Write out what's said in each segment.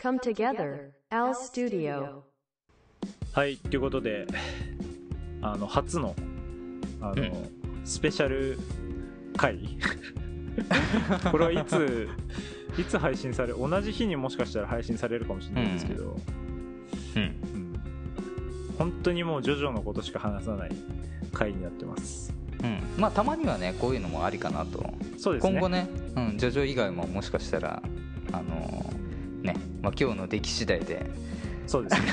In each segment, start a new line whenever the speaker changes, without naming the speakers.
come together. Al Studio.
はい、ということで、あの、初の、あの、
う
スペシャル 回。これはいつ、いつ配信され、同じ日にもしかしたら配信されるかもしれないんですけど、
うん、
うん本当にもうジョジョのことしか話さない回になってます。
うん、まあたまにはねこういうのもありかなと、
そうですね。
今後ね、うん、ジョジョ以外ももしかしたらあのーね、まあ、今日の出来次第で、
そうです ね。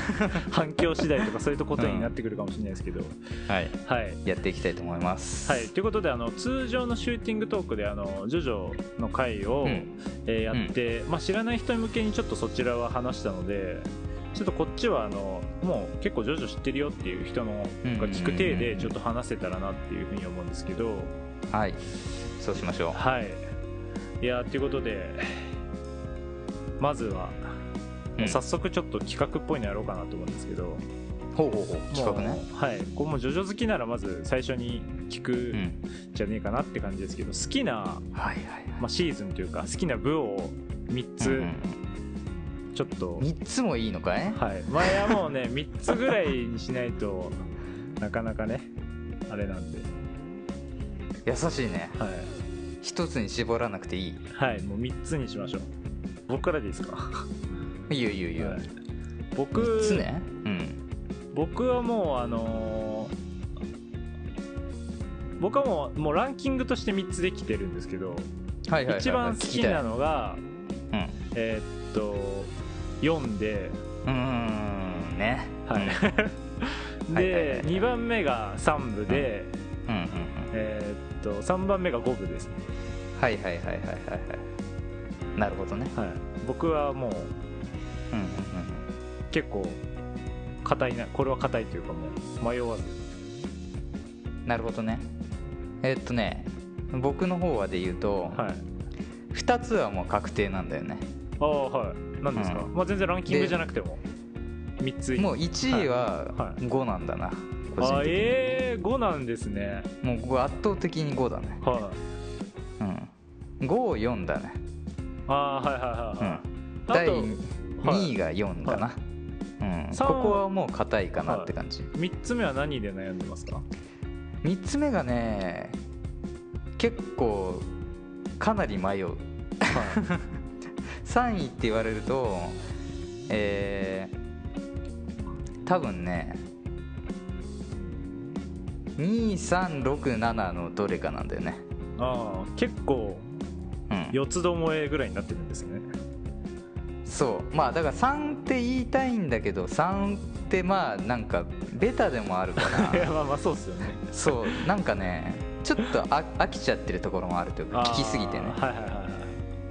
反響次第とかそういうことになってくるかもしれないですけど、
はい、
はい。
やっていきたいと思います
はい、ということであの通常のシューティングトークであのジョジョの回を、
うん
えーやって、まあ、知らない人向けにちょっとそちらは話したのでちょっとこっちはあのもう結構ジョジョ知ってるよっていう人の
うん
が聞く体でちょっと話せたらなっていうふうに思うんですけど
はい、そうしましょ
はいいやーということでまずは、
う、うん
早速ちょっと企画っぽいのやろうかなと思うんですけど
ほうほうほう企画ね
もうはいこれもうジョジョ好きならまず最初に聞
う
く
ん
じゃねえかなって感じですけど好きな
はいはいはい、
まあ、シーズンというか好きな部を3つちょっと、
3つもいいのかい
はい、前はもうね 3つぐらいにしないとなかなかねあれなんで、
優しいね
はい
1つに絞らなくていい
はい、もう3つにしましょう僕からでいいですか、
いいよいいよいいよ、
はい
3
僕
つねうん
僕はもうあのー僕はもうもうランキングとして3つできてるんですけど、
はいはいはいはい、
一番好きな
の
のが
うん
えーっと4で、
うーんね
はい、
はいはいはい
で2番目が3部で、
うんうんうん
えーっと3番目が5部ですね、
はいはいはいはいはいはいなるほどね
はい、僕はもう
うんうん
結構硬いなこれは硬いというかもう迷わず
うんなるほどねえっとね僕の方はで言うと、
はい
2つはもう確定なんだよね
ああはい何ですか、
うん
まあ、全然ランキングじゃなくても3ついい
もう1位は
はい
5なんだな、個人
あ
的に
ええ5なんですね
もうここ圧倒的に5だね
はい
うん54だね、
ああはいはいは
う
い
ん
は、い、
第
あと、は
2位が4かな、うん、
三
こ
は
こはもう硬いかなって感じ、
3つ目は何で悩んでますか
3つ目がね結構かなり迷う
は
3位って言われるとえー、多分ね2367のどれかなんだよね、
いああ結構
うん、
四つどもえぐらいになってるんですね
そうまあだから3って言いたいんだけど3ってまあなんかベタでもあるか
い
ら
やまあまあそうっすよね
そうなんかねちょっとあ飽きちゃってるところもあるというか
あー
聞きすぎてね
はいはいはいはい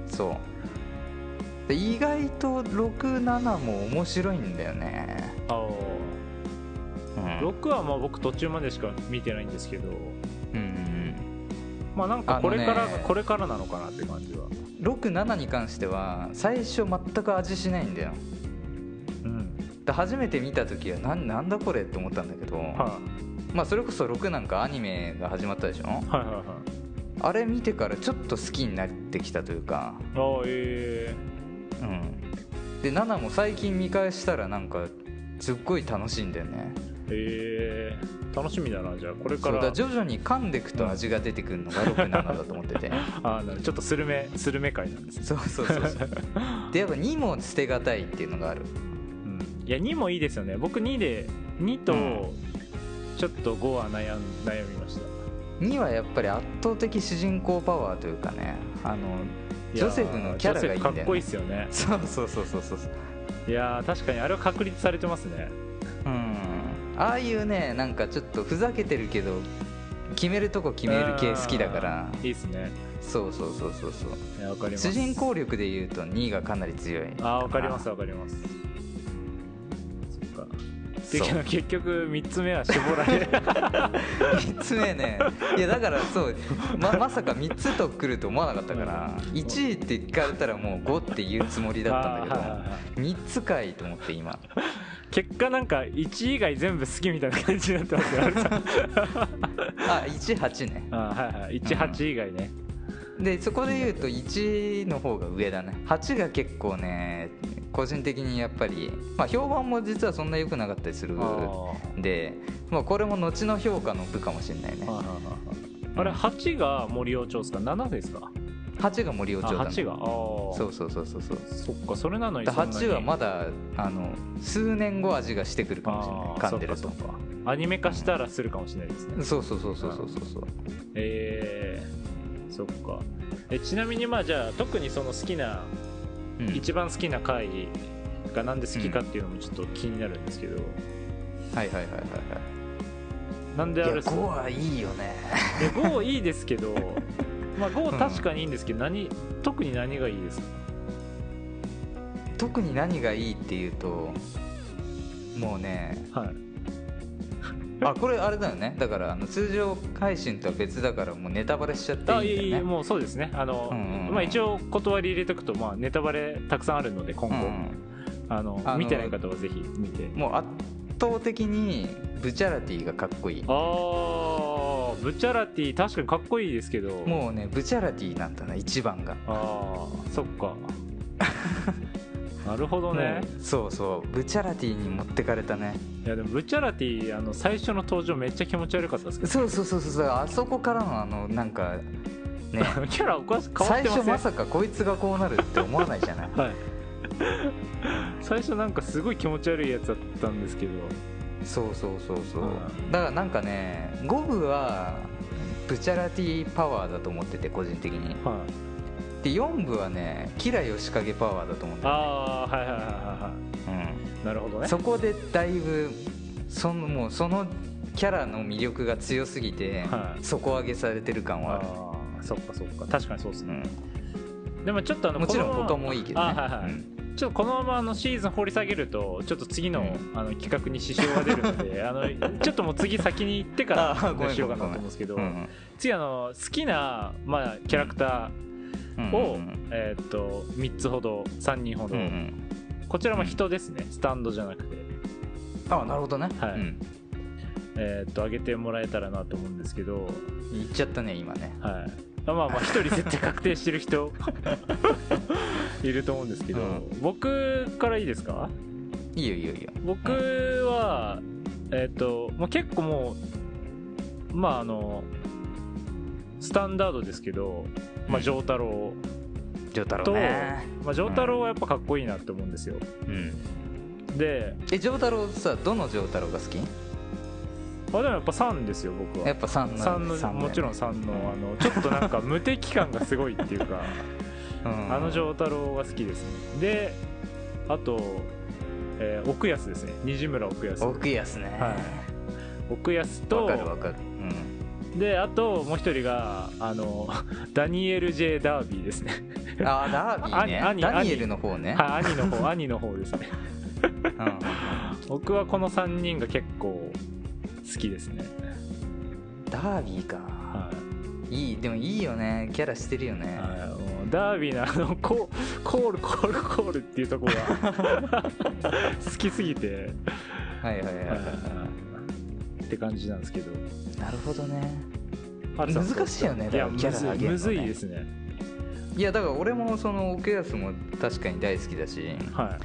そうで意外と67も面白いんだよね、
ああ
うん
6はまあ僕途中までしか見てないんですけど
うん
まあなんかこれから、
あのね
これからなのかなって感じは
うん、67に関しては最初全く味しないんだよ
うん
で初めて見た時はなんなんだこれって思ったんだけど、
は
まあ、それこそ6なんかアニメが始まったでしょ
い、はいはいはい
あれ見てからちょっと好きになってきたというか、
ああえ
うん、で7も最近見返したらなんかすっごい楽しいんだよね
えええ楽しみだなじゃあこれか
そう
ら
だ徐々に噛んでくと味が出てくるのが67だと思ってて
ああなるちょっとスルメスルメ会なんですね
そうそうそうそうでやっぱ2も捨てがたいっていうのがある
うんいや2もいいですよね僕2で2と、
うん
ちょっと5は悩ん悩みました
2はやっぱり圧倒的主人公パワーというかねあの
いやー
ジョセフのキャラがいいんだよね
ジョセフかっこいいっすよね
そうそうそうそうそうそう
いやー確かにあれは確立されてますね
うんああいうねなんかちょっとふざけてるけど決めるとこ決める系好きだから
うんいいっすね
そうそうそうそうそう
いやわかります
主人公力でいうと2がかなり強い
あーわかりますわかりますそっかで
そう
結局3つ目は絞ら れ
3つ目ねいやだからそうままさか3つと来ると思わなかったから
うん
1位って聞かれたらもう5って言うつもりだった
あ
ん
ーはいはい
だ
はい
けど3つかいと思って今
結果なんか1以外全部好きみたいな感じになってますよあれさん
あ18ね
あーはいはい18以外ね、
でそこで言うと1の方が上だね8が結構ね個人的にやっぱり、まあ、評判も実はそんな良くなかったりする
あー
んで、まあ、これも後の評価の部かもしれないね
はいはいはいはいあれ8が森尾町ですか7ですか
8が森尾
あ
町だね
8がああ
そうそうそうそうそう
そっかそれなのに
だ
そんなに
8はまだあの数年後味がしてくるかもし
あー
れない噛んでる
そ
と
っかそっかアニメ化したらするかもしれないですね、
そうそうそうそうそうそうそう
えー、そっかえちなみにまあじゃあ特にその好きな、
うん
一番好きな会議がなんで好きかっていうのもちょっと気になるんですけど、
はいはいはいはい
なんであ
はいい
れ
や
そう
5はいいよね
え5いいですけ どまあ5確かにいいんですけど何特に何がいいですか
特に何がいいっていうともうね
はい
あこれあれだよねだからあの通常配信とは別だからもうネタバレしちゃって
あ
いいんだよ
いい
ね
いいもうそうですねあの、
うんうんうん
まあ、一応断り入れとくと、まあ、ネタバレたくさんあるので今
う
後、
ん
あの
あの
見てない方はぜひ見て
もう圧倒的にブチャラティがかっこいい
あーブチャラティ確かにかっこいいですけど
もうねブチャラティなんだな一番が
ああそっか なるほどね、
もうそうそうブチャラティに持ってかれたね
いやでもブチャラティあの最初の登場めっちゃ気持ち悪かったです け
そうそうそうそうそうあそこからのあのなんかね
どキャラおかし変わっ
最
てませ
初
ん
まさかこいつがこうなるって思わないじゃない
はい、最初なんかすごい気持ち悪いやつだったんですけど
そうそうそうそう
うん
だからなんかね五部はブチャラティパワーだと思ってて個人的に
はい
で4部はねキラヨシカゲパワーだと思うんだよ
ああはいはいはいは
う
いなるほどね
ん、そこでだいぶそのもうそのキャラの魅力が強すぎて、
はい
底上げされてる感はある
ああそっかそっか確かにそうですね、
う
でもちょっとあ
ん、
の
もちろん
このまま
他もいいけどね、
あはいはい
うん
ちょっとこのままあのシーズン掘り下げるとちょっと次の,、
う
あの企画に支障が出るの であのちょっともう次先に行ってか
あ
ら
ーごめん
話しようかなと
ご
思
めん
うんですけど、
うん
次あの好きな、まあ、キャラクタ
うん
ーを、
うんうん
えーっと3つほど3人ほど、
うんうん
こちらも人ですねスタンドじゃなくて。
あなるほどね、
はい
うん
えーっと上げてもらえたらなと思うんですけど、
言っちゃったね今ね
はい、あまあまあ1人絶対確定してる人 いると思うんですけど、
うん
僕からいいですか
いいよいいよいいよ
僕は、えっ、ともう結構もうまああのスタンダードですけど、まあ、丈太郎、
ジョタロ
と、
ウね
まあ、丈太郎はやっぱかっこいいなって思うんですよ
うん
で
えジョタロウさどのジョタロウが好き
あでもやっぱ3ですよ僕は
やっぱ3
3
なん
の
だ三だよね
もちろん3のあのちょっとなんか無敵感がすごいっていう か
うん
あの丈太郎が好きですねであと、えー奥安ですね西村奥安
奥安ね
は奥安と
わかるわかるうん
であともう一人があの ダニエル・ J ・ダービーですね
あーダービーね
兄兄
ダニエルの方ね、
はい兄の方兄の方ですね
うん
僕はこの3人が結構好きですね、
ダービーか、
はい
いいでもいいよねキャラしてるよね、
いはいもうダービーのあのココールコールコールっていうところ が好きすぎて、
はい、はいはいはい、
はいって感じなんですけど
なるほどね
ハルさん
難しいよね
いやむ
キャラ
ず
上
い
げるのね
むずいですね
いやだから俺もその奥安も確かに大好きだし
はい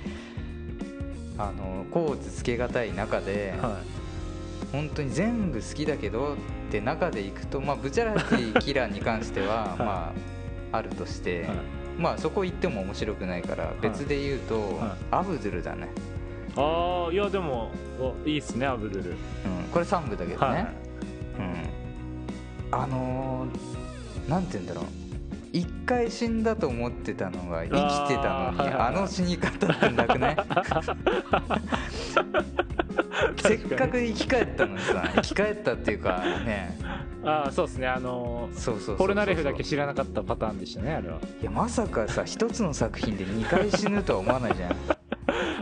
あのコーツつけがたい中で、
は
本当に全部好きだけどって中でいくとまあブチャラティキラーに関しては、
い
まああるとし
い、
て、
はい、
まあそこ行っても面白くないから別で言うと、
は
アブドゥルだね、
ああいやでもおいいっすねアブドゥル、
うん、これ3部だけどね、
はい
うん、あのー、なんて言うんだろう一回死んだと思ってたのが生きてた
あーは
のに
いはい
あの死に方ってな くないせっかく生き返ったのにさ生き返ったっていうかね
ああそうですねあのー
そうそうそうそう
ポルナレフだけ知らなかったパターンでしたねあれはい
やまさかさ一つの作品で2回死ぬとは思わないじゃ ん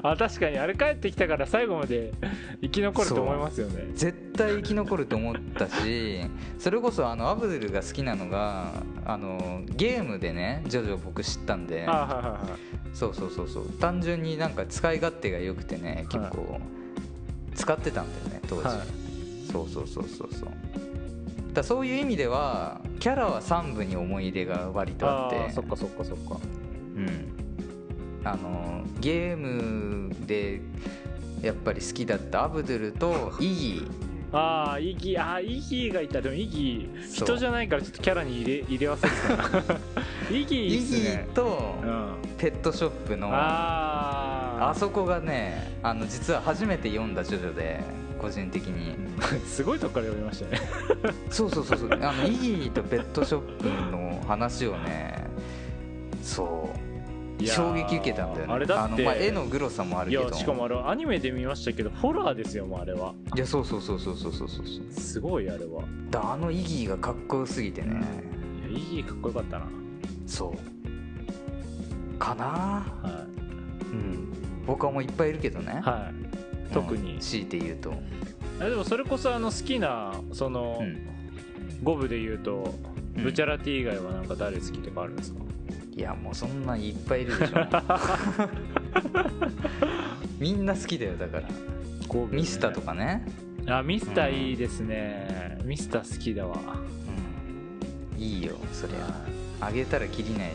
あ確かにあれ帰ってきたから最後まで生き残ると思いますよね
絶対生き残ると思ったしそれこそあのアブドゥルが好きなのがあのゲームでね徐々僕知ったんで
あはいはいはい
そうそうそうそう単純になんか使い勝手が良くてね結構使ってたんだよね当時、
は
そうそうそうそうそうだからそういう意味ではキャラは3部に思い入れが割とあっ
あ
て
あそっかそっかそっか
うんあのゲームでやっぱり好きだったアブドゥルとイギ
ああイギあーイギーがいたでもイギー
そう
人じゃないからちょっとキャラに入れ入れ忘れて たなイギー
ー
いい
イ
っ
ギ
すね
ーと
うん
ペットショップのあ
ああ
そこがねあの実は初めて読んだジョジョで個人的に
すごいとこから読みましたね
そうそうそうそうあのイギーとペットショップの話をねそう
いやー
衝撃受けたんだよね
あれだって
の、まあ、絵のグロさもある
い
けど
やしかもあれアニメで見ましたけどホラーですよもうあれはい
やそうそうそうそうそうそうそう
すごいあれは
だあのイギーがかっこよすぎてね
いやイギーかっこよかったな
そうかな
は
うん僕はもういっぱいいるけどね
い、は
うん
い、特に、
強いて言うと
あでもそれこそあの好きなその、
うん
五部で言うと
うん
ブチャラティ以外はなんか誰好きとかあるんですか、
いやもうそんなんいっぱいいる でしょみんな好きだよだから
五部ね
ミスターとかね、
あミスターいいですね、ミスター好きだわ、は
うん、いいよそりゃあげたらきりないよね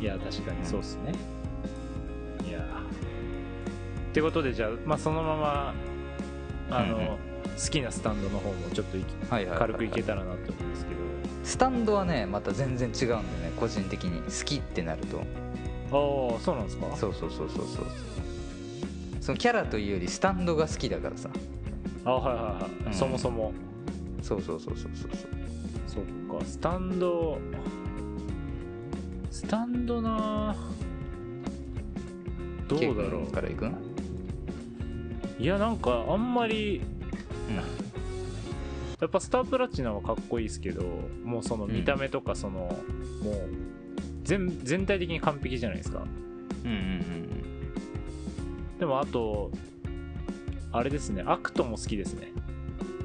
い、いや確かにそうっすね、いやってことでじゃあ、まあ、そのままあの、
うんうん
好きなスタンドの方もちょっといき
はいはいはいはい
軽くいけたらなと思うんですけど、
スタンドはねまた全然違うんだよね個人的に好きってなると
ああそうなんですか
そうそうそうそうそうそのキャラというよりスタンドが好きだからさ
あはいはいはい、
うん
そもそも
そうそうそうそうそうそう
そっかスタンドスタンドなどうだろ
ケイ君
う
からいくうん
いやなんかあんまりやっぱスタープラチナはかっこいいですけどもうその見た目とかその、もう全全体的に完璧じゃないですか
うんうん
でもあとあれですねアクトも好きですね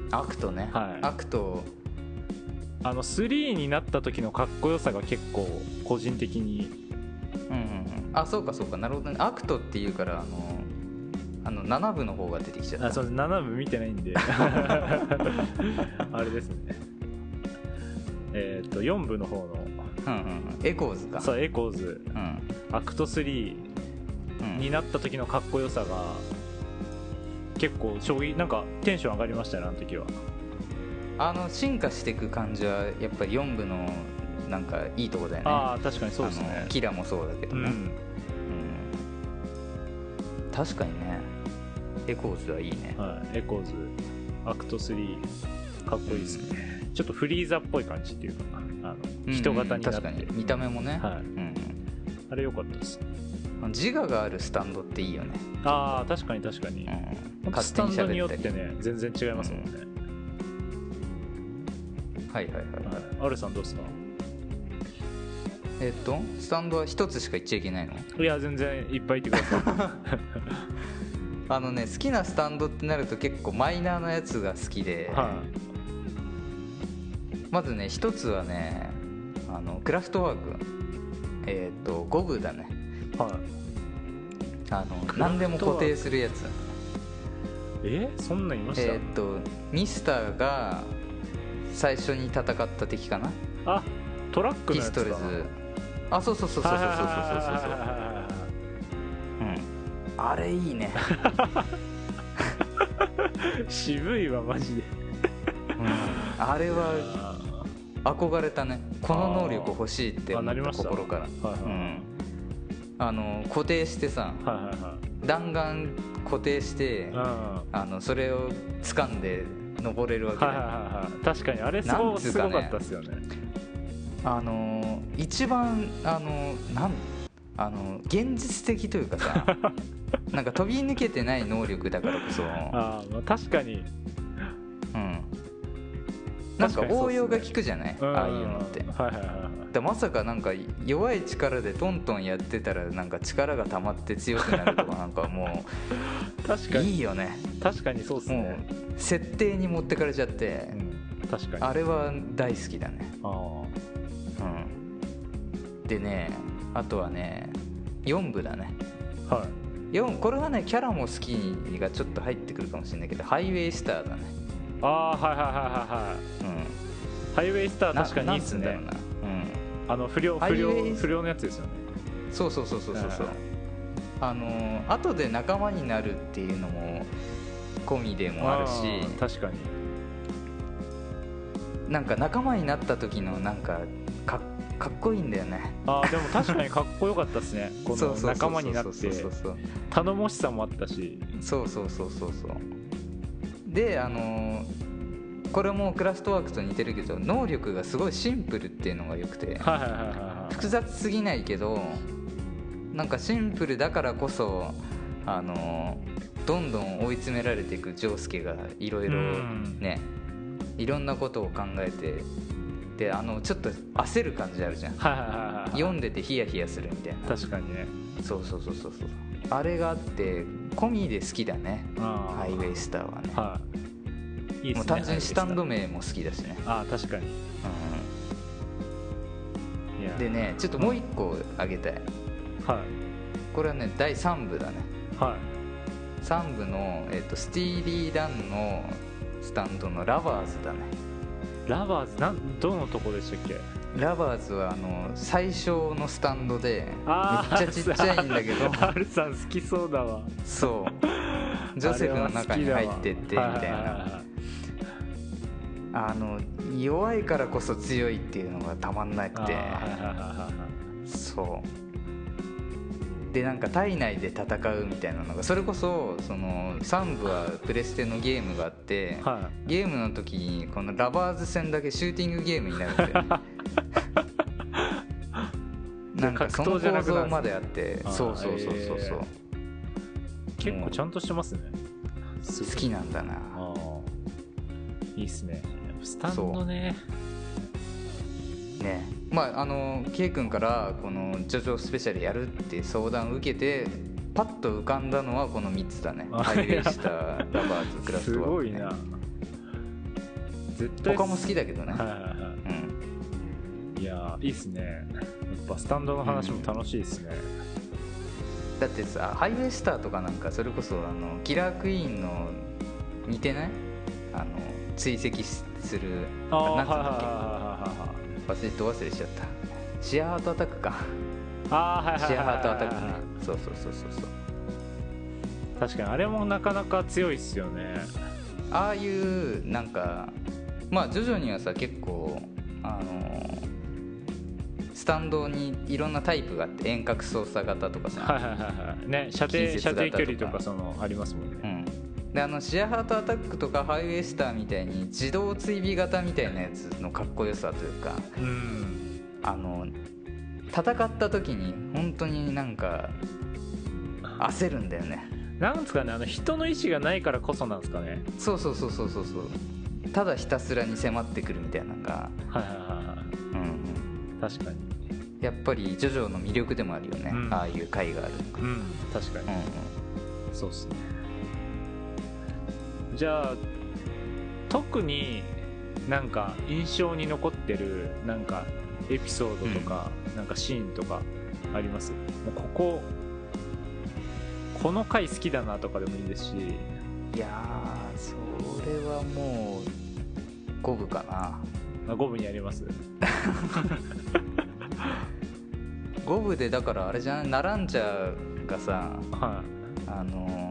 うんアクトね、
はい
アクト
あの3になった時のかっこよさが結構個人的に
うんうんうんあそうかそうかなるほどねアクトっていうからあのあの7部の方が出てきちゃった
あそう7部見てないんであれですねえっ、と4部の方の
うんうんうんエコーズか
そうエコーズ
うん
アクト3
うん
になった時のかっこよさが結構将棋なんかテンション上がりましたねあの時は
あの進化していく感じはやっぱり4部のなんかいいとこだよね
ああ確かにそうです
あ
ね
のキラもそうだけど
う
ね、
ん
うん確かにねエコーズはいいね
はい、エコーズアクト3かっこいいですね、ちょっとフリーザっぽい感じっていうかあの人型になっ
うんうん
て
確かに見た目もね、
はい
うん
あれ良かったです
うん自我があるスタンドっていいよね、
ああ確かに確かに、
うん、
本当スタンドによって
勝手喋
ね全然違いますもんね、
りはいはいは
は
い、
い、アルさんどうですか
えっとスタンドは一つしか言っちゃいけないの
いや全然いっぱいいてください
あのね好きなスタンドってなると結構マイナーなやつが好きで、
は
まずね一つはねあのクラフトワークえっ、とゴブだね
い、はい、
あ
クラフト
の
ワーク
何でも固定するやつ
えそんなんいました、
えっ、とミスターが最初に戦った敵かな
あトラック
ピ
のや
ス
つ
ト
か
ルズあそうそうそうそうそうそうそうそうそううんあれいいね、
渋いわマジで
うんあれは
あ
憧れたねこの能力欲しいって
あ
思
な
っ
りま
た
した
心から
はいはい
うんあの固定してさ
ーはいは
弾丸固定し
い
て
はいうんは
あのそれを掴んで登れるわ
い
け
はい
だ
はい
よ
はい確かにあれす
なん
ご
つう
す
かね
ごかったですよね
あのー一番あのーなんあのー現実的という かさなんか飛び抜けてない能力だからこそ、う
あーまあ確かに
ん、なん
確か
か
にそうっすね
応用が効くじゃない、
ん
ああいうのって
はいはいはいはい
でまさかなんか弱い力でトントンやってたらなんか力が溜まって強くなるとかなんかも
確
う
かに
いいよね
確かにそうです
も
ね
う設定に持ってかれちゃって
うん確かに
あれは大好きだね
あー
うん、でねあとはね4部だね
はい
4これはねキャラも好きがちょっと入ってくるかもしれないけどハイウェイスターだね、
ああはいはいはいはいは
うん、
いハイウェイスター
な
確かにいいっす
なん
ね
つうんだろうな、
あの不良
ハイ
不
ウ
良
ェイ
不良のやつですよね
うん、そうそうそうそうそうそうあの後で仲間になるっていうのも込みでもあるし
ー確かに
なんか仲間になった時のなんかかかっこいいんだよね
あーでも確かにかっこよかったです ねこ
そう
の
そうそう
仲間になって
そうそう
頼もしさもあったし
そうそうそうそうそうそうであのこれもクラフトワークと似てるけど能力がすごいシンプルっていうのがよくて
はいはいはいはいはい
複雑すぎないけどなんかシンプルだからこそあのどんどん追い詰められていく丈介がいろいろ
うん
ねいろんなことを考えてであのちょっと焦る感じあるじゃん
はいはいはいはい
読んでてヒヤヒヤするみたいな
確かにね
そうそうそうそうそうあれがあって込みで好きだね
あ
ハイウ
ー
ェイスターはね
はいいいっすね
もう単純にスタンド
ハイウェイ
名も好きだしね
ス、ターあー確かにい
うん
や
でねちょっともう一個あげたい
は
これはね第3部だね
いはい
3部の、えっとスティーリー・ダンのスタンドのラバーズだね
ラバーズなんどのとこでしたっけ
ラバーズはあの最小のスタンドでめっち
あー
ゃちっちゃいんだけど
ハルさん好きそうだわ
そうジョセフの中に入ってってみ
あれは好き
たい
だわはいはい
な
はいはい
あの弱いからこそ強いっていうのがたまんなく
あーはい
て
はいはいはいはい
そうでなんか体内で戦うみたいなのがそれこそその3部はプレステのゲームがあって、
は
ゲームの時にこのラバーズ戦だけシューティングゲームになるんだ よねなんかその構造まであって
あー
そうそうそうそうそう、
えい、結構ちゃんとしてますねすごい
好きなんだな
あーいいっすねやっぱスタンドね
ねまああの K 君からこの「ジョジョスペシャル」やるって相談を受けてパッと浮かんだのはこの3つだね
あ
ハイウェイしたラバーズクラフ
す
トワー
ご
ク、ね、
いな絶対
他も好きだけどね、
はいはいは
うん、
いいやーいいっすねやっぱスタンドの話も楽しいっすね、
だってさハイウェイスターとかなんかそれこそあのキラークイーンの似てないあの追跡する
ああ
な
ー
んてい
は
うん
いは
だ
いはいはいはいはい
っけ忘れと忘れしちゃったシェアハートアタックか
あーはい
シ
はい
ェア
はいは
ハ
い
ートアタッ クねそうそうそうそうそう
確かにあれもなかなか強いっすよね
ああいうなんかまあ徐々にはさ結構あのスタンドにいろんなタイプがあって遠隔操作型とかさ、
はいはいはいはいね射
近
程
接
射
型
程
とか
距離とかそのありますもんね、
うん、であのシェアハートアタックとかハイウェイスターみたいに自動追尾型みたいなやつのかっこよさというか
うん、
あの戦った時に本当になんか焦るんだよね
なんですかねあの人の意思がないからこそなんですかね
そうそうそうそうそうそうただひたすらに迫ってくるみたいなのが、
はいはいはいは
うんうん、
い確かに
やっぱりジョジョの魅力でもあるよね、
うん
ああいう回があるのが、
うん確かに
うんうん、
そうっすねじゃあ特になんか印象に残ってるなんかエピソードとか、なんかシーンとかありますもうこここの回好きだなとかでもいいですし
いやーそれはもう五分かな
あ五分にあります
五分でだからあれじゃないナランチャーがさ
はい
あのー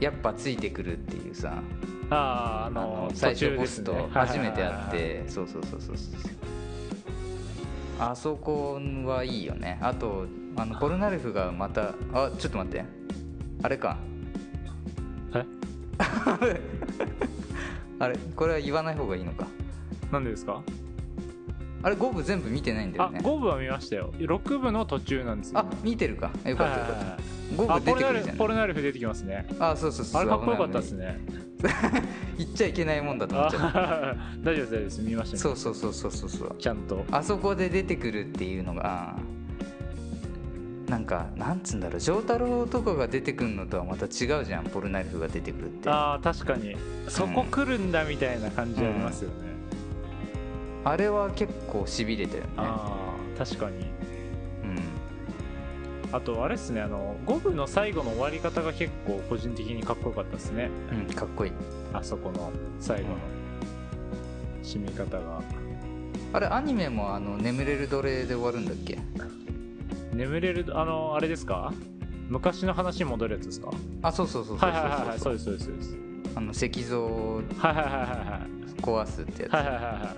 やっぱついてくるっていうさ、
あーあ
あの
の
最初
途中
ボ
で
ス
す
と
ね
初めて会
はい
っ
はいはいはい
てそうそうそうそうそうあそこはいいよねあとあのポルナレフがまたあちょっと待ってあれか
え
あれこれは言わない方がいいのか
なんでですか
あれ5部全部見てないんだよ
あ
ね
五部は見ましたよ六部の途中なんですよ
あ見てるかよかったよかった5
あ
部
ポ
出
ルナル
てくるじ
フ
ゃ
ポル
ん
ナルフ出てきますね
あそうそうそう
あれかっこよかったです
ね
ね
言っちゃいけないもんだと思
あ
っちゃっ
大丈夫です大丈夫です見ましたた
そうそうそうそうそうそう
ちゃんと
あそこで出てくるっていうのがなんかなんつうんだろう丈太郎とかが出てくるのとはまた違うじゃんポルナリフが出てくるってあ
あー確かにそこ来るんだみたいな感じありますよね、
れは結構しびれたよね
ああ確かに
うん
あとあれですねあの五部の最後の終わり方が結構個人的にかっこよかったですね
うん、かっこいい
あそこの最後の締め方が
あれアニメもあの「眠れる奴隷」で終わるんだっけ
眠れるあのあれですか昔の話に戻るやつですか
あそうそうそうそ
は
う
いはいはいはい
そ
そううですそうですそうです
そうあの石像を
はいはいはいはい
壊すってやつ、
はいはいはいはいは
う
い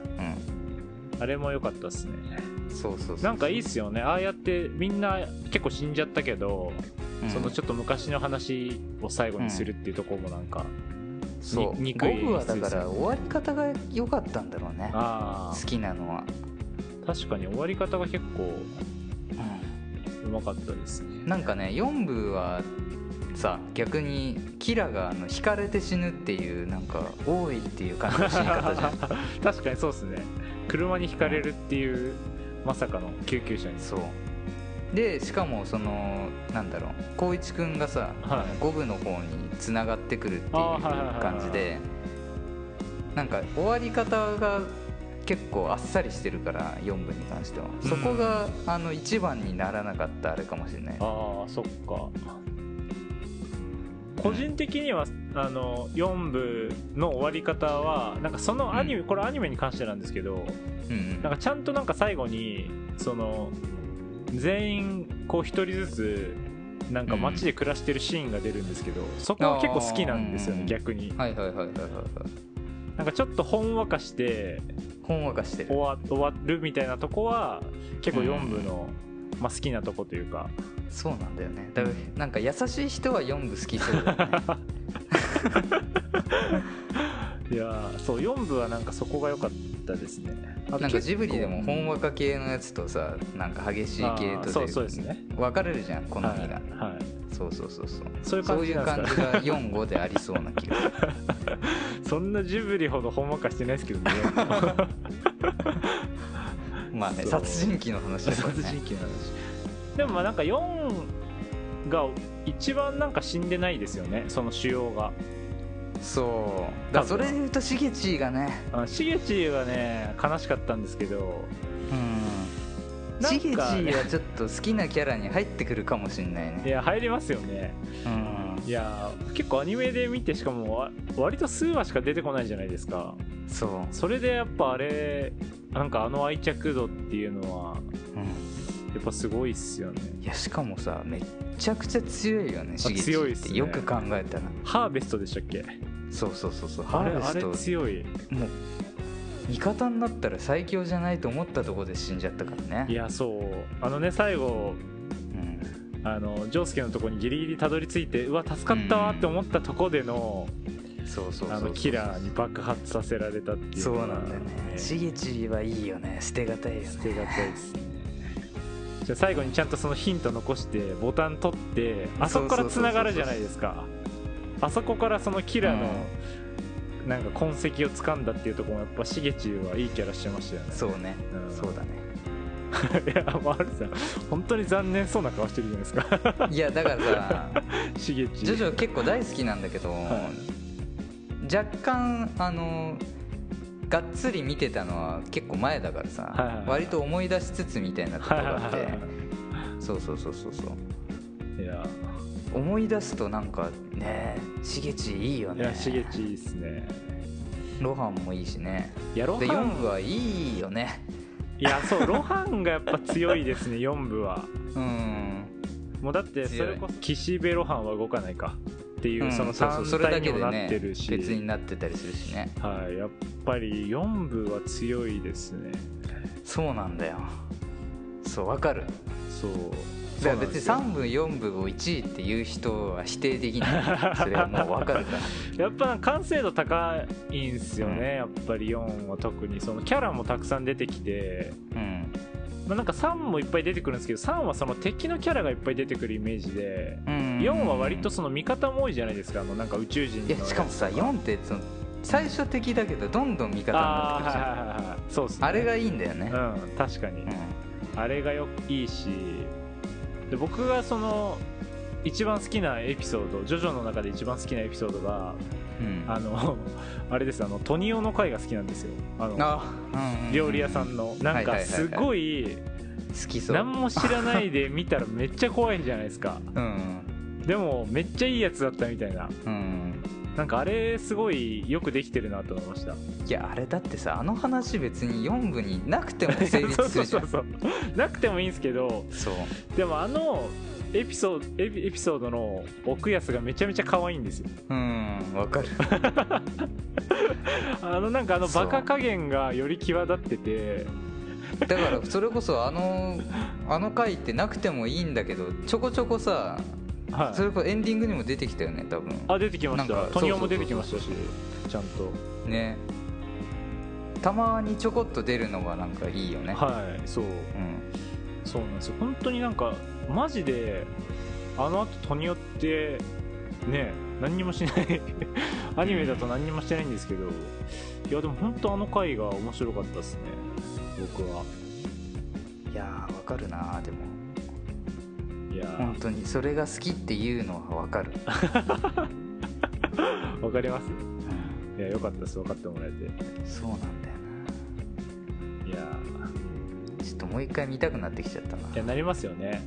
あれも良かったですね
ん、そうそうそう
なんかいいっすよねああやってみんな結構死んじゃったけど、
うん
そのちょっと昔の話を最後にするっていうところもなんか、
そう
に憎い
5部はだ
演出で
か
すね
ら終わり方が良かったんだろうね
あ
好きなのは、
あ確かに終わり方が結構
う
うまかったですね
ん、なんかね4部はさ逆にキラがあの惹かれて死ぬっていうなんか多いっていう感じの死に方じゃん
確かにそうですね車にひかれるっていう、まさかの救急車に
そうでしかもそのなんだろう光一くんがさ、
はい
5部の方に繋がってくるっていう
あーはいはいはいはい
感じでなんか終わり方が結構あっさりしてるから4部に関しては
うん
そこが、あの一番にならなかったあれかもしれない
ああそっか個人的にはあの4部の終わり方はなんかそのアニメ、これアニメに関してなんですけど
うんうん
なんかちゃんとなんか最後にその全員こう一人ずつなんか街で暮らしてるシーンが出るんですけど、そこは結構好きなんですよね
あー
逆に
はいはいはいはいはいはい
なんかちょっとほんわかして
ほんわかして
終
る
わ終わるみたいなとこは結構4部の、まあ、好きなとこというか
そうなんだよねだからなんか優しい人は4部好きそうだ よね
いやーそう4部はなんかそこが良かったですねあと
なんかジブリでもほん
わ
わか系のやつとさなんか激しい系
あ
と
ーそうそうですね
分かれるじゃん好みが、
はい、はい、
そうそうそうそう
そういう感じなんですか
そういう感じが45でありそうな気がする
そんなジブリほどほんわかしてないですけどね
まあね
そう
殺人鬼の話だから
殺人
ね
鬼の話 でもまあなんか4が一番なんか死んでないですよねその主要が
そうだからそれで言うとしげちがね
あしげちはね悲しかったんですけど
うん
なん
し
か
げ
ね
ちはちょっと好きなキャラに入ってくるかもしんない
い
ね
や入りますよね
うん
いやー結構アニメで見てしかもわ割と数話しか出てこないじゃないですか
そう、
それでやっぱあれなんかあの愛着度っていうのは
うん
やっぱすごいっすよね
いやしかもさめっちゃくちゃ強いよねしげち
強い
っ
っす
て
ね
よく考えたら
ハーベストでしたっけ
そうそうそうそう
あ
ハ
れ
ーベ
あ
ス
れ
ト
強い
もう味方になったら最強じゃないと思ったところで死んじゃったから
い
ね
やそうあのね最後
うん
あのジョウスケのとこにギリギリたどり着いてうわ助かったわって思ったとこでの,、
そうそうそう
あ
そ
の
う
キラーに爆発させられたっていう
そう
のは
なんだよねしげちはいいよね捨てがたいよ
捨
ね
てがたいですねじゃあ最後にちゃんとそのヒント残してボタン取ってあそこからつながるじゃないですかあそこからそのキラーのなんか痕跡を掴んだっていうところもやっぱしげちはいいキャラしてましたよね
そうね、
うん
そうだね
いやマルさん本当に残念そうな顔してるじゃないですか
いやだからさ
しげち
ジョジョ結構大好きなんだけど、
は
若干あのがっつり見てたのは結構前だからさ、
はいはいはい
割と思い出しつつみたいなところがあって、
はいはいは
そうそうそうそうそう
いや
思い出すとなんかねしげちいいよ
いや
ね
しげちいいっすね
ロハンもいいしね
いやロ
で
ハ
4部
ン
はいいよね
いやそうロハンがやっぱ強いですね4部は
うん
もうだってそれこそ岸辺露伴は動かないかっていうう、
ん
その
そうそうそ
3
れだ
体
け
に
で
もな
ね
ってるし、
別になってたりするしね
はい、やっぱり4部は強いですね
そうなんだよそうわかる
そう
だから
そうなん
別
で
に
すよ
3部4部を1位っていう人は否定で きないそれはもうわかるから
やっぱ完成度高いんすよね、やっぱり4は特にそのキャラもたくさん出てきて、
うん
まあ、なんか3もいっぱい出てくるんですけど3はその敵のキャラがいっぱい出てくるイメージで
うん
4は割とその味方も多いじゃないですかあのなんか宇宙人の
いやしかもさ4ってその最初敵だけどどんどん味方になっ
あー
てくるじゃんあ,、
はいはいはいはいそうっすね
れがいいんだよね
うん確かに、あれがよいいしで僕がその一番好きなエピソードジョジョの中で一番好きなエピソードが
うん、うん
あの あれですあのトニオの会が好きなんですよあの
あうんうん
料理屋さんのなんか
はいはいはいは
す
い
ごい
好きそう
何も知らないで見たらめっちゃ怖いじゃないですか
うん
でもめっちゃいいやつだったみたいな
うん
なんかあれすごいよくできてるなと思いました
いやあれだってさあの話別に4部になくても成
そう
立す
そう
るじ
そ
ゃん
うそうなくてもいいんですけど
そう
でもあのエピソードエピエピソードの奥安がめちゃめちゃ可愛いんですよ
うんわかる
あのなんかあの
そう
バカ加減がより際立ってて
だからそれこそあのあの回ってなくてもいいんだけどちょこちょこさ
はい
それこそエンディングにも出てきたよね多分
あ出てきまし
な
た
んか
トニオも
そうそ
出
うそ
てきま
う
したしちゃんと
ねたまにちょこっと出るのがなんかいいよね、
はいそう
うん、
そうなんですよ本当になんかマジであのあとトニオってね何にもしないアニメだと何にもしてないんですけどいやでも本当あの回が面白かったですね僕はい
やーわかるなでも
いや
本当にそれが好きっていうのはわかる、
ーわかりますいやよかったです分かってもらえて
そうなんだよ
いやー
なちょっともう一回見たくなってきちゃったない
やなりますよね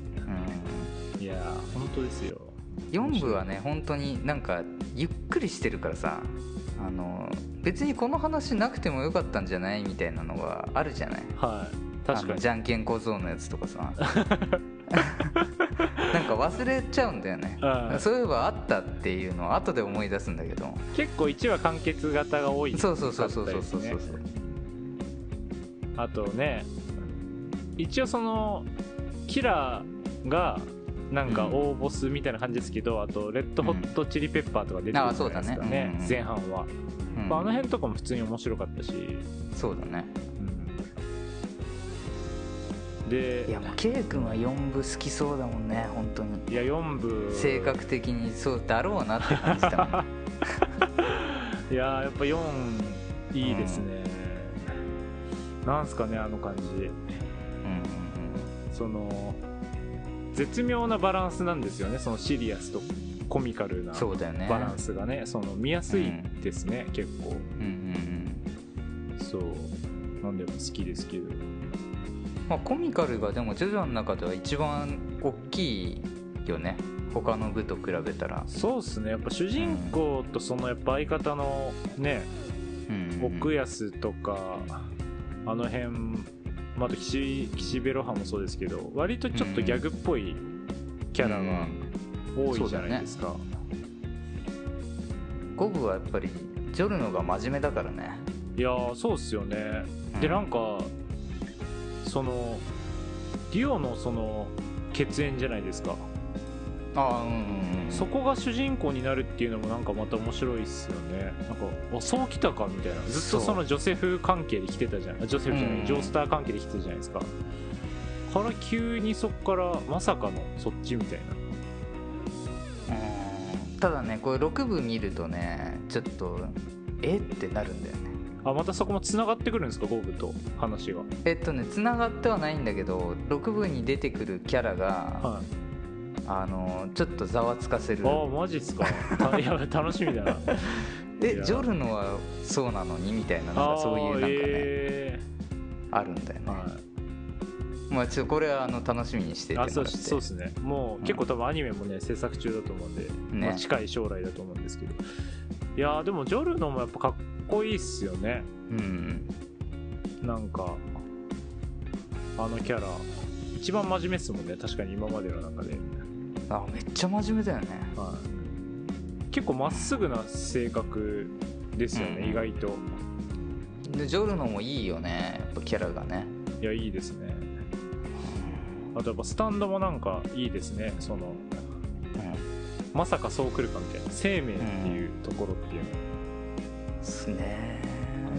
う
いやー本当ですよ
ん、4部はね本当になんかゆっくりしてるからさあの別にこの話なくてもよかったんじゃないみたいなのがあるじゃない
はい確
あ
か
の
に
じゃんけん小僧のやつとか さなんか忘れちゃうんだよね
うん
そういえばあったっていうのを後で思い出すんだけど
結構1話完結型が多い
そうそうそうそうそうそう
だ
そ
った
う
りねあとね一応そのキラーがなんか
うん
大ボスみたいな感じですけど、あとレッドホットチリペッパーとか出てくるじゃないですか
うんあそうだね
ね
うんうん
前半は、
うん
まあ、あの辺とかも普通に面白かったし、
そうだね
で
いやもう K 君は4部好きそうだもんね本当に
いや4部
性格的にそうだろうなって感じたもん
いやーやっぱ4いいですね、なんすかねあの感じ
うん
その絶妙なバランスなんですよねそのシリアスとコミカル
う
なん
そうだよね
バランスがねその見やすいですね、結構
うんうん
そうなんでも好きですけど
うんまあコミカルがでもジョジョの中では一番大きいよね他の部と比べたら、
そうっすねやっぱ主人公とそのやっぱ相方のね
うんうん
奥安とかあの辺まああと岸岸辺露伴もそうですけど割とちょっとギャグっぽいキャラが多いじゃないですか、
五部はやっぱりジョルノが真面目だからね
いやーそうっすよねでなんかそのディオのその血縁じゃないですか
ああうんうんうん
そこが主人公になるっていうのもなんかまた面白いっすよねなんかあそうきたかみたいなずっとそのジョセフ関係で来てたじゃんあジョセフじゃない、
うん
ジョースター関係で来てたじゃないですかから急にそこからまさかのそっちみたい
うんただねこれ6部見るとねちょっとえってなるんだよね
なあまたそこもつながってくるんですかゴブと話が
えっとねつながってはないんだけど6部に出てくるキャラが
はい
あのちょっとざわつかせる
あーマジっすかたい や楽しみだな
え
いや
ジョルノはそうなのにみたいななんかそういうなんか
あー
ね、
え
あるんだよ
ー
ね、
はい
まあちょっとこれはあの楽しみにしててもら
あ
って
そうしそうですねもう、
うん
結構多分アニメもね制作中だと思うんで、
ね
まあ近い将来だと思うんですけどいやーでもジョルノもやっぱかっこいいっすよね
うん
なんかあのキャラ一番真面目っすもんね確かに今までの中で、
あめっちゃ真面目だよね
はい、結構まっすぐな性格ですよね、
うん
意外と
でジョルノもいいよねやっぱキャラがね
いやいいですねあとやっぱスタンドもなんかいいですねその
う
まさかそう来るかみたいな生命っていうところっていうの
んすね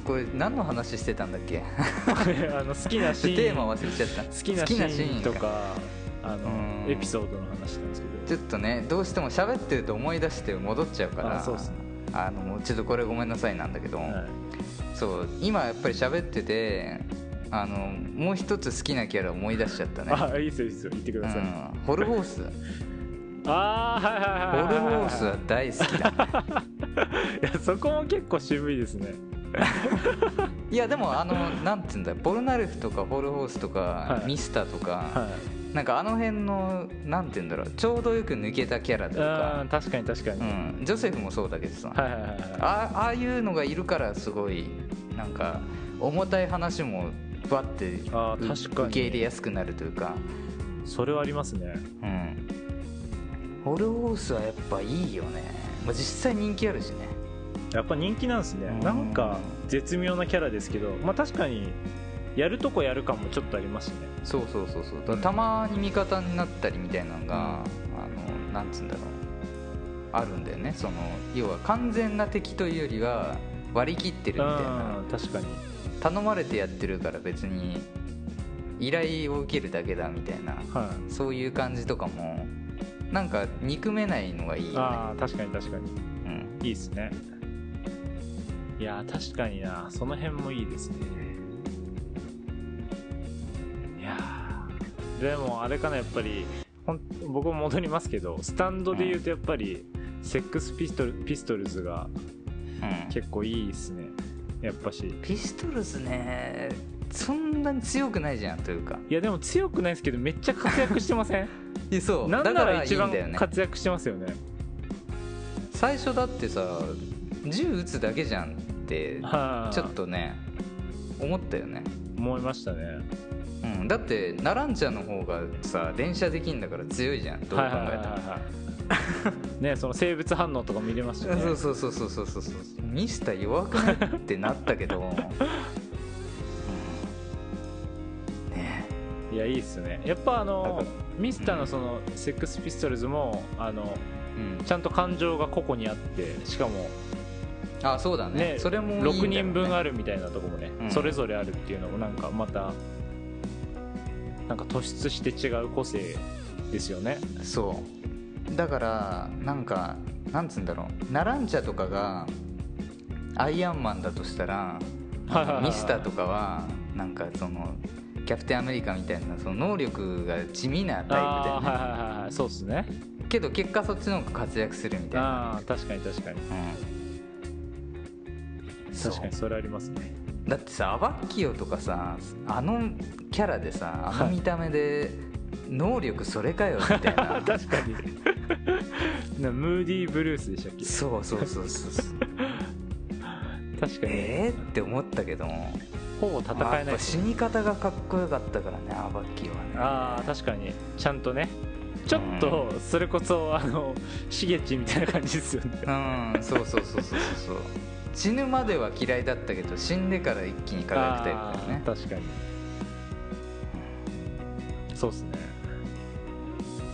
これ何の話してたんだっけ
あの好きなシーン
テーマ忘れちゃった
好きなシーンと
好きなシーン
か
か
あ
う
の
ん
エピソードの話なんですけど
ちょっとねどうしても喋ってると思い出して戻っちゃうから
あそうっすね
あのもうちょっとこれごめんなさいなんだけど、
はい
そう今やっぱり喋っててあのもう一つ好きなキャラ思い出しちゃったね、
あいいですよいいですよ言ってく
う
ださい、
ん、ホルホースホ
ああはい
ルホ
はいはいはい
ースは大好きだね
いやそこも結構渋いですね
いやでもあのなんて言うんだボルナルフとかホルホースとか、
はい
ミスターとか、
は
なんかあの辺のなんて言うんだろうちょうどよく抜けたキャラという
う
か
ん、確かに確かに、
うん、ジョセフもそうだけどさ、
はいはいはいはい
あああいうのがいるからすごいなんか重たい話もバッて
あー
う
確かに
受け入れやすくなるというか、
それはありますね
うん、ホルホースはやっぱいいよね、まあ、実際人気あるしね
やっぱ人気なんですね
うん
なんか絶妙なキャラですけどまあ確かにやるとこやる感もちょっとありますしね
そうそうそうそうだからたまに味方になったりみたいなのが、あのなんつうんだろうあるんだよねその要は完全な敵というよりは割り切ってるみたいな
うん確かに
頼まれてやってるから別に依頼を受けるだけだみたいな
は
そういう感じとかもなんか憎めないのがいい
い、
よ
ああ確かに確かに
ね、うん、
いいですねいやー確かになその辺もいいですねいやーでもあれかなやっぱりほん僕も戻りますけどスタンドで言うとやっぱり、セックスピストルピストルズが
うん
結構いいですねやっぱし
ピストルズねそんなに強くないじゃんというか
いやでも強くないですけどめっちゃ活躍してません
いやそう
なんな
だかららいい
一
ん
番
だよね
活躍してますよね
最初だってさ銃撃つだけじゃんって
はい
ちょっとね思ったよね、
思いましたね
うん、だってナランチャの方がさ連射できんだから強いじゃんどう考えたら、
はいはいはいはい ねその生物反応とか見れましたね
そうそうそうそうそうそうそうミスター弱くないってなったけど、 うんね
いやいいっすねやっぱあ
な
の
んか
ミスター
う
の
ん
そのセックスピストルズもあの
うん、
ちゃんと感情が個々にあってしかも
あそうだね
ね
それもいいんだよね
6人分あるみたいなとこもね
うん
それぞれあるっていうのもなんかまたなんか突出して違う個性ですよね
そうだからなんかなんつうんだろうナランチャとかがアイアンマンだとした ら
はいはいはい
ミスターとかはなんかそのキャプテンアメリカみたいなその能力が地味なタイプだ
あ
よ
ー
ね、
はいはいはいはいそうっすね
けど結果そっちの方が活躍するみたいな、
ああ確かに確かに
うん、そう
確かにそれありますね
だってさアバッキオとかさあのキャラでさあの見た目で能力それかよみたい な
確かになムーディーブルースでしたっけ
そうそうそうそうそう
確かに、
えー、って思ったけども
ほぼ戦えない
やっぱ
です
死
ね
に方がかっこよかったからねアバッキーはね
ああ確かにちゃんとねちょっとそれこそあのしげちみたいな感じですよ ね
うんそうそうそうそうそうそう死ぬまでは嫌いだったけど死んでから一気に輝くタイプだよね
あー確かにそうっすね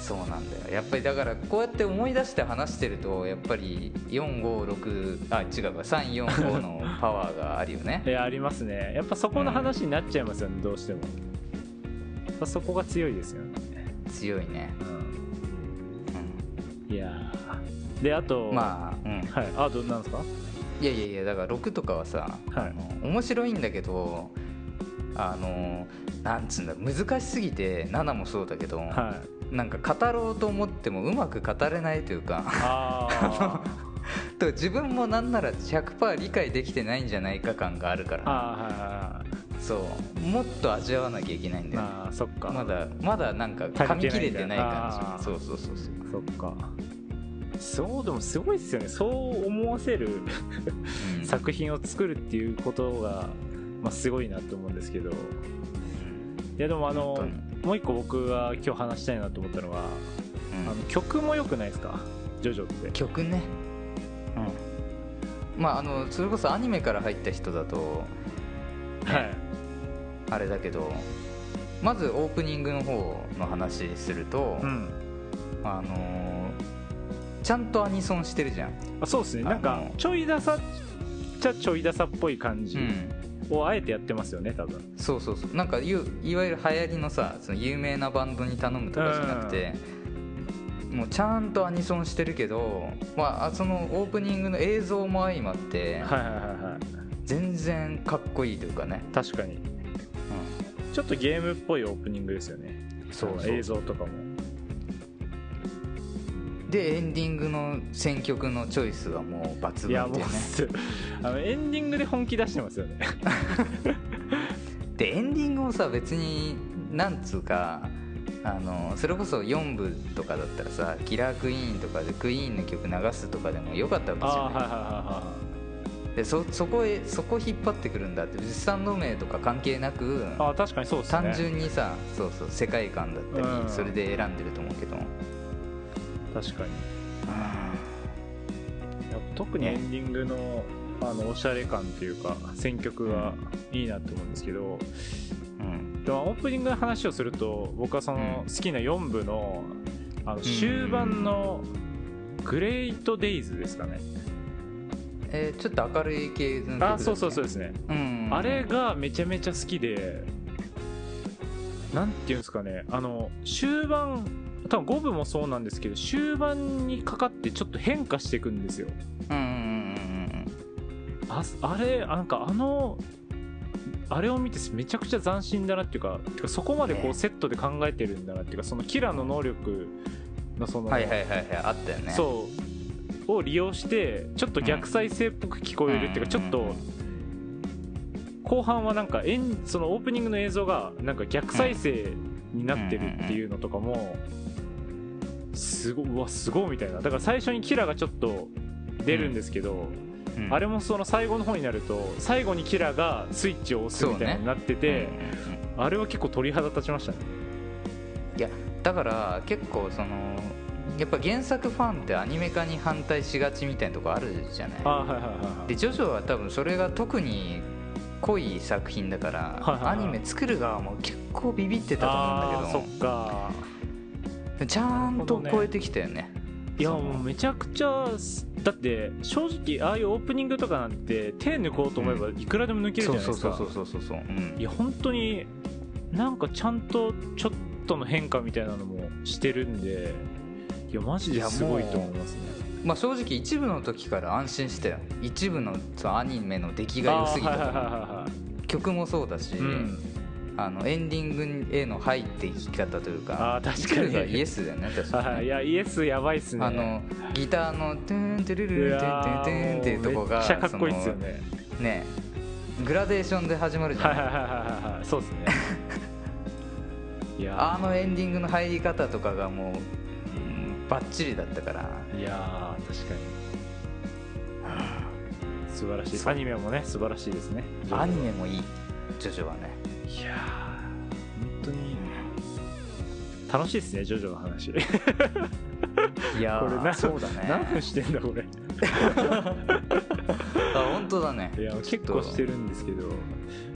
そうなんだよやっぱりだからこうやって思い出して話してるとやっぱり456あ違うか345のパワーがあるよね
いやありますねやっぱそこの話になっちゃいますよね、どうしてもやっぱそこが強いですよね、
強いね、
う、
うん
いやーであと
ん、まあ、うん、
はいあとなんですか
いやいやいやだから6とかはさ、
はい
あの面白いんだけどあのなんつうんだ難しすぎて7もそうだけど、
はい
なんか語ろうと思ってもうまく語れないというか
あー
と自分もなんなら100%理解できてないんじゃないか感があるから
あーはいはいはい
そうもっと味わわなきゃいけないんだよね
まあそっか
まだまだなんか
足
噛み
りて
切
ないん
れ
だ
てない感
あー
じそうそうそうそう
そっかそうでもすごいですよねそう思わせる
うん
作品を作るっていうことが、まあ、すごいなと思うんですけどいやでもあの
本
もう一個僕は今日話したいなと思ったのは、
うん
あの曲も良くないですかジョジョって
曲ねうんまああのそれこそアニメから入った人だと
はい
あれだけどまずオープニングの方の話すると、
うん
あのーちゃんとアニソンしてるじゃん、
あそうですねなん
あ
か
の
ちょいダサっちゃちょいダサっぽい感じ
うん、
をあえてやってますよね多分
そうそうそうなんかいういわゆる流行りのさその有名なバンドに頼むとかじゃなくて、もうちゃんとアニソンしてるけど、まああ、そのオープニングの映像も相まって、
はいはいはいはい
全然かっこいいというかね、
確かにちょっとゲームっぽいオープニングですよね
そう
あの映像とかも
でエンディングの選曲のチョイスはもう抜
いや
群
も
で
う
ね
すあのエンディングで本気出してますよね
でエンディングもさ別になんつうかあのそれこそ4部とかだったらさ「キラークイーン」とかでクイーンの曲流すとかでもよかったわけ
あ
で
あ
すよ
はい
ね
はいはいはい
でそそこへそこ引っ張ってくるんだって別産同盟とか関係なく
ああ確かにそうですね
単純にさそうそう世界観だったり、
うん
それで選んでると思うけど、
確かに特にエンディングの,、あのおしゃれ感というか選曲がいいなと思うんですけど
うん
でもオープニングの話をすると僕はその
うん
好きな4部のあの終盤の「グレイト・デイズ」ですかね、
えーちょっと明るい系の曲だっ
あ
け
そうそうそうですね、
うん、
あれがめちゃめちゃ好きでなんていうんですかねあの終盤多分5部もそうなんですけど終盤にかかってちょっと変化していくんですよ
うんうんうん
ああれなんかあのあれを見てめちゃくちゃ斬新だなっていうかてかそこまでこ
ね
うセットで考えてるんだなっていうかそのキラーの能力のそ
うん
の、
はいはいはいはいあったよね
そうを利用してちょっと逆再生っぽく聞こえるっていうかちょっと後半はなんかエンそのオープニングの映像がなんか逆再生になってるっていうのとかもすごいうわすごいみたいなだから最初にキラーがちょっと出るんですけど、
うん、
あれもその最後の方になると最後にキラがスイッチを押すみたいなのになってて、
うんうんうん
あれは結構鳥肌立ちましたね
いやだから結構そのやっぱ原作ファンってアニメ化に反対しがちみたいなとこあるじゃない
あはいはいはいは
でジョジョは多分それが特に濃い作品だから、
はいはいはい
アニメ作る側も結構ビビってたと思うんだ
あ
け
ーそっか
どちゃんと超えてきたよね
いや
その
もうめちゃくちゃだって正直ああいうオープニングとかなんて手抜こうと思えばいくらでも抜けるじゃな
そう
いで
そう
す
そう
か
そうそうそうそう、うん
いや本当になんかちゃんとちょっとの変化みたいなのもしてるんでいやマジですごいと思いますね
まあ正直一部の時から安心したよ一部のそのアニメの出来が良すぎた
あー
か
はいはいは
ら
いはいはい
曲もそうだし、
うん
あのエンディングへの入っていき方というか
あー確かに
一部がイエスだよね確かにね、
はいいやイエスやばいっすね
あのギターの「トゥーントゥルルルントゥントゥントゥン」っていうとこ
め
が
っちゃかっこいいですよね
そのねグラデーションで始まるじゃ
は
ないい、
はいはいはいはいそうですね いや
あのエンディングの入り方とかがもう、うん、バッチリだったから
ーいやー確かに素晴らしいアニメもね素晴らしいですね
アニメもいいジョジョはね
いやー本当に楽しいですねジョジョの 話こ
いやー
れな
そうだ
何
ね
分してんだこれ
あ本当だね
いや
ちょ
結
っと
構してるんですけど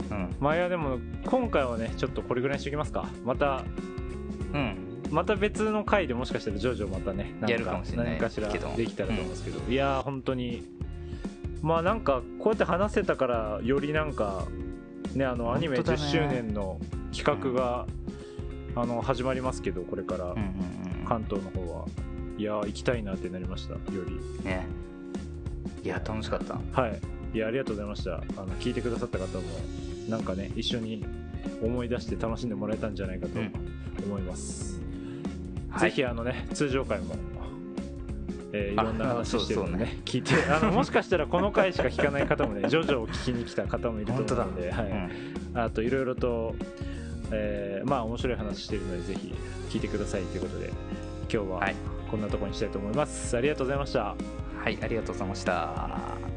うん
まあいやでも今回はねちょっとこれぐらいにしておきますかまた
うん
また別の回でもしかしたらジョジョまたねなん
やるかもしれない
何かしら
けど
できたらと思うんですけど、いやー本当にまあなんかこうやって話せたからよりなんかねあのアニメ
本当だ
10
ね
周年の企画が、あの始まりますけどこれから
うんうん
関東の方はいやー行きたいなってなりましたより
うんねいや楽しかった
はいいやありがとうございましたあの聞いてくださった方もなんかね一緒に思い出して楽しんでもらえたんじゃないかと
うん
思います、
はい
ぜひあのね通常回も、えーい
あ
ろんな話してるので、ね
そう
聞いて あのもしかしたらこの回しか聞かない方もねジョジョを聞きに来た方もいると思うので、は
う
い
ん
あといろいろと、えーまあ面白い話してるのでぜひ聞いてくださいということで今日ははいこんなところにしたいと思います、ありがとうございました
はいありがとうございました